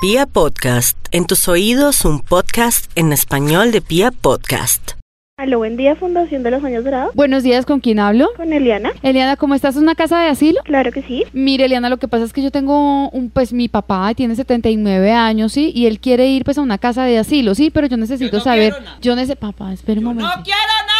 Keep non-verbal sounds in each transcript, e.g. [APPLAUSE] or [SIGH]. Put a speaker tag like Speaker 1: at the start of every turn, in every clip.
Speaker 1: Pia Podcast, en tus oídos un podcast en español de Pia Podcast.
Speaker 2: Aló, buen día, Fundación de los Años Dorados.
Speaker 3: Buenos días, ¿con quién hablo?
Speaker 2: Con Eliana.
Speaker 3: Eliana, ¿cómo estás? ¿Es una casa de asilo?
Speaker 2: Claro que sí.
Speaker 3: Mire, Eliana, lo que pasa es que yo tengo un, pues mi papá tiene 79 años, ¿sí? Y él quiere ir pues a una casa de asilo, sí, pero yo necesito
Speaker 4: Yo no
Speaker 3: saber.
Speaker 4: quiero nada.
Speaker 3: Yo necesito, papá, espera un momento.
Speaker 4: ¡No quiero nada!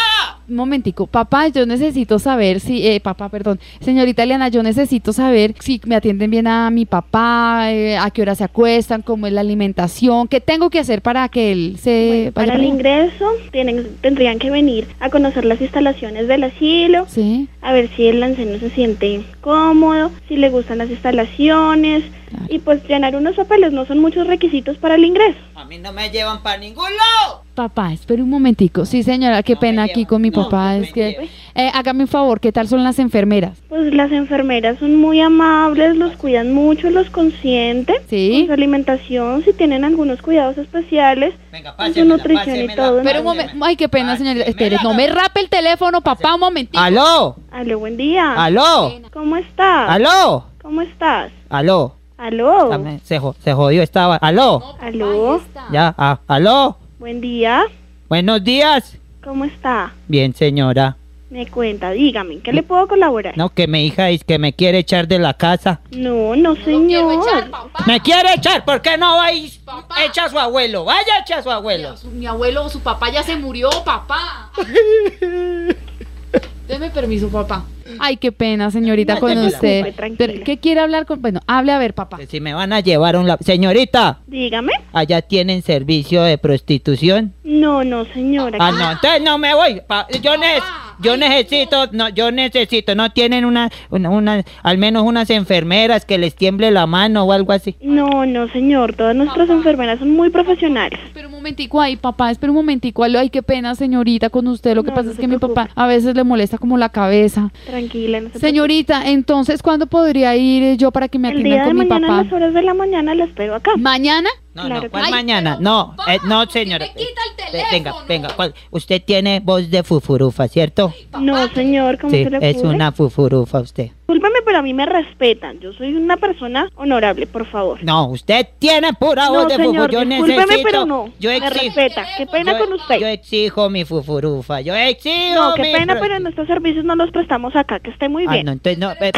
Speaker 3: Un momentico, papá, yo necesito saber si, eh, papá, perdón, señorita Eliana, yo necesito saber si me atienden bien a mi papá, eh, a qué hora se acuestan, cómo es la alimentación, qué tengo que hacer para que él se
Speaker 2: Para el
Speaker 3: bien?
Speaker 2: ingreso tienen, tendrían que venir a conocer las instalaciones del asilo,
Speaker 3: Sí,
Speaker 2: a ver si el anciano se siente cómodo, si le gustan las instalaciones
Speaker 3: Claro.
Speaker 2: y pues llenar unos papeles, no son muchos requisitos para el ingreso.
Speaker 4: A mí no me llevan para ningún lado.
Speaker 3: papá, espera un momentico. Sí, señora, qué
Speaker 4: No me
Speaker 3: pena
Speaker 4: lleva,
Speaker 3: aquí con mi
Speaker 4: no
Speaker 3: papá,
Speaker 4: me
Speaker 3: es que...
Speaker 4: lleva.
Speaker 3: Eh, hágame un favor, ¿qué tal son las enfermeras?
Speaker 2: Pues las enfermeras son muy amables, los cuidan mucho, los consienten.
Speaker 3: Sí.
Speaker 2: Con su alimentación, si tienen algunos cuidados especiales,
Speaker 4: Venga,
Speaker 2: con
Speaker 4: pásemela,
Speaker 2: su nutrición y
Speaker 4: pásemela,
Speaker 2: todo.
Speaker 3: Pero un
Speaker 4: Pásemela.
Speaker 3: momento, ay, qué pena, señorita.
Speaker 4: Pásemela.
Speaker 3: Espere, no me rape el teléfono, papá, un momentito.
Speaker 5: Aló,
Speaker 2: Aló, buen día.
Speaker 5: aló,
Speaker 2: ¿Cómo estás?
Speaker 5: aló,
Speaker 2: ¿Cómo estás?
Speaker 5: aló.
Speaker 2: Aló.
Speaker 5: Dame- Se, jo- se jodió, estaba. Aló,
Speaker 2: Aló.
Speaker 5: ya, ah, aló.
Speaker 2: Buen día,
Speaker 5: Buenos días.
Speaker 2: ¿cómo está?
Speaker 5: Bien, señora.
Speaker 2: Me cuenta, dígame, ¿en ¿qué le puedo colaborar?
Speaker 5: No, que mi hija es que me quiere echar de la casa.
Speaker 2: no, no, señor.
Speaker 5: ¿Me quiere echar? ¿Por qué no vais? Echa a su abuelo, vaya, echa a su abuelo.
Speaker 3: Mi abuelo o su papá ya se murió, papá. Deme permiso, papá. Ay, qué pena, señorita,
Speaker 5: No,
Speaker 3: con
Speaker 5: démela.
Speaker 3: usted.
Speaker 2: Disculpe, tranquila.
Speaker 3: Pero, ¿Qué quiere hablar con...? Bueno, hable a ver, papá.
Speaker 5: Que Si me van a llevar a un la... Señorita,
Speaker 2: Dígame.
Speaker 5: allá tienen servicio de prostitución.
Speaker 2: No, no, señora.
Speaker 5: Ah, no, entonces no me voy. pa- yo ne- yo necesito, no, yo necesito, no tienen una, una, una- al menos unas enfermeras que les tiemble la mano o algo así.
Speaker 2: No, no, señor. Todas nuestras enfermeras son muy profesionales.
Speaker 3: Pero un momentico ahí, papá, espera un momentico. Aló, Ay, qué pena, señorita, con usted. Lo que
Speaker 2: No,
Speaker 3: pasa
Speaker 2: no
Speaker 3: es
Speaker 2: se
Speaker 3: que mi
Speaker 2: preocupe.
Speaker 3: papá a veces le molesta como la cabeza.
Speaker 2: Tranquila, no se
Speaker 3: Señorita, entonces, ¿cuándo podría ir eh, yo para que me
Speaker 2: preocupe. El
Speaker 3: atiendan
Speaker 2: día de
Speaker 3: con mi
Speaker 2: mañana a
Speaker 3: papá?
Speaker 2: las horas de la mañana la espero acá.
Speaker 3: ¿Mañana?
Speaker 5: No,
Speaker 2: Claro que
Speaker 5: no, ¿cuál
Speaker 2: sí.
Speaker 5: mañana? no, eh, no, señora. Ve- Venga, venga, ¿cuál? usted tiene voz de fufurufa, ¿cierto?
Speaker 2: No, señor, ¿cómo
Speaker 5: Sí,
Speaker 2: se le ocurre?
Speaker 5: es una fufurufa usted.
Speaker 2: Discúlpeme, pero a mí me respetan. Yo soy una persona honorable, por favor.
Speaker 5: No, usted tiene pura
Speaker 2: No,
Speaker 5: voz de fufurufa.
Speaker 2: señor,
Speaker 5: Yo
Speaker 2: discúlpeme,
Speaker 5: necesito.
Speaker 2: pero no.
Speaker 5: Yo
Speaker 2: me
Speaker 5: exijo.
Speaker 2: respeta. Qué pena
Speaker 5: yo-
Speaker 2: con usted.
Speaker 5: Yo exijo mi fufurufa. Yo exijo
Speaker 2: no, qué
Speaker 5: mi
Speaker 2: pena,
Speaker 5: pro-
Speaker 2: pero en estos servicios no los prestamos acá. Que esté muy
Speaker 5: Ah,
Speaker 2: bien.
Speaker 5: no, entonces no. eh,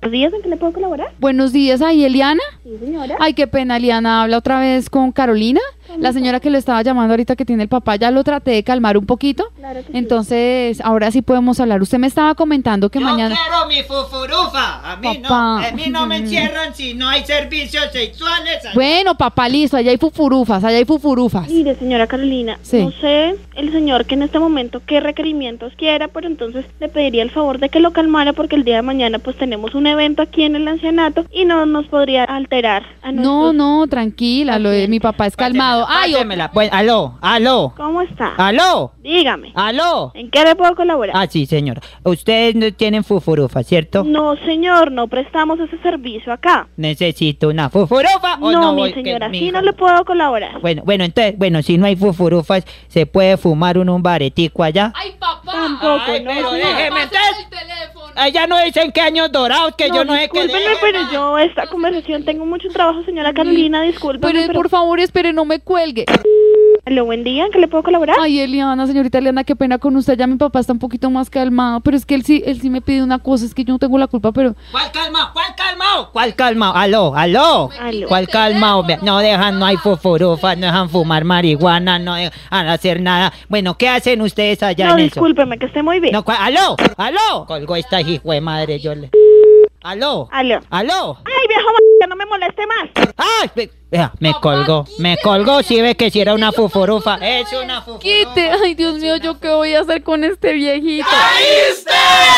Speaker 2: ¿Los días en que le puedo colaborar?
Speaker 3: Buenos días, ahí Eliana.
Speaker 2: Sí, señora.
Speaker 3: Ay, qué pena, Eliana. Habla otra vez con Carolina, la señora que lo estaba llamando ahorita que tiene el papá. Ya lo traté de calmar un poquito.
Speaker 2: Claro que sí.
Speaker 3: Entonces, ahora sí podemos hablar. Usted me estaba comentando que
Speaker 5: Yo
Speaker 3: mañana.
Speaker 5: quiero mi fufurufa. A mí no,
Speaker 3: Papá.
Speaker 5: a mí
Speaker 3: [LAUGHS]
Speaker 5: no me encierran si no hay servicios sexuales.
Speaker 3: Bueno, papá, listo. Allá hay fufurufas, allá hay fufurufas.
Speaker 2: Mire, señora Carolina,
Speaker 3: Sí.
Speaker 2: no sé el señor que en este momento qué requerimientos quiera, pero entonces le pediría el favor de que lo calmara porque el día de mañana pues tenemos un evento aquí en el ancianato y no nos podría alterar. A
Speaker 3: No,
Speaker 2: nuestros-
Speaker 3: no, tranquila. Lo de mi papá es calmado. Ay, o-
Speaker 5: Pásemela, pues, aló, aló,
Speaker 2: ¿Cómo está?
Speaker 5: aló,
Speaker 2: Dígame,
Speaker 5: aló.
Speaker 2: ¿en qué le puedo colaborar?
Speaker 5: Ah, sí, señora. Ustedes no tienen fufurufa, ¿cierto?
Speaker 2: No, señor, no prestamos ese servicio acá.
Speaker 5: Necesito una fufurufa o
Speaker 2: no,
Speaker 5: no
Speaker 2: mi
Speaker 5: voy- que
Speaker 2: señora,
Speaker 5: mi
Speaker 2: sí
Speaker 5: hija-
Speaker 2: no le puedo colaborar.
Speaker 5: Bueno, bueno, entonces, bueno, si no hay fufurufas, ¿se puede fumar uno un baretico allá?
Speaker 3: Ay, papá.
Speaker 2: Tampoco,
Speaker 5: Ay,
Speaker 2: no.
Speaker 5: pero
Speaker 2: señor.
Speaker 5: déjeme
Speaker 3: Pásame
Speaker 5: entonces.
Speaker 3: el teléfono.
Speaker 5: Allá no dicen que años dorados, que yo no sé qué.
Speaker 2: discúlpeme, pero yo esta conversación tengo mucho trabajo, señora Carolina, discúlpeme.
Speaker 3: Pero, por favor, espere, no me cuelgue.
Speaker 2: Aló, buen día, ¿en qué le puedo colaborar?
Speaker 3: Ay, Eliana, señorita Eliana, qué pena con usted. Ya mi papá está un poquito más calmado, pero es que él sí, él sí me pide una cosa, es que yo no tengo la culpa, pero
Speaker 5: ¿Cuál calmado? ¿Cuál calmado? ¿Cuál calmado? Aló, aló.
Speaker 2: Aló.
Speaker 5: ¿Cuál calmado? Ve- No dejan, no hay fufurufa, no dejan fumar marihuana, no dejan hacer nada. Bueno, ¿qué hacen ustedes allá
Speaker 2: no,
Speaker 5: en eso?
Speaker 2: discúlpeme, que esté muy bien.
Speaker 5: No, ¿cuál- aló, aló. Colgó esta hijo de madre, yo le. Aló,
Speaker 2: Aló.
Speaker 5: aló.
Speaker 2: Ay, viejo, m- no me moleste más.
Speaker 5: ¡Ay! Ve- vea, me colgó, me colgó, si ve que si era una fufurufa. Es una fufurufa.
Speaker 3: quite. Ay, Dios mío, ¿yo qué voy a hacer con este viejito?
Speaker 5: ¡Ahí está!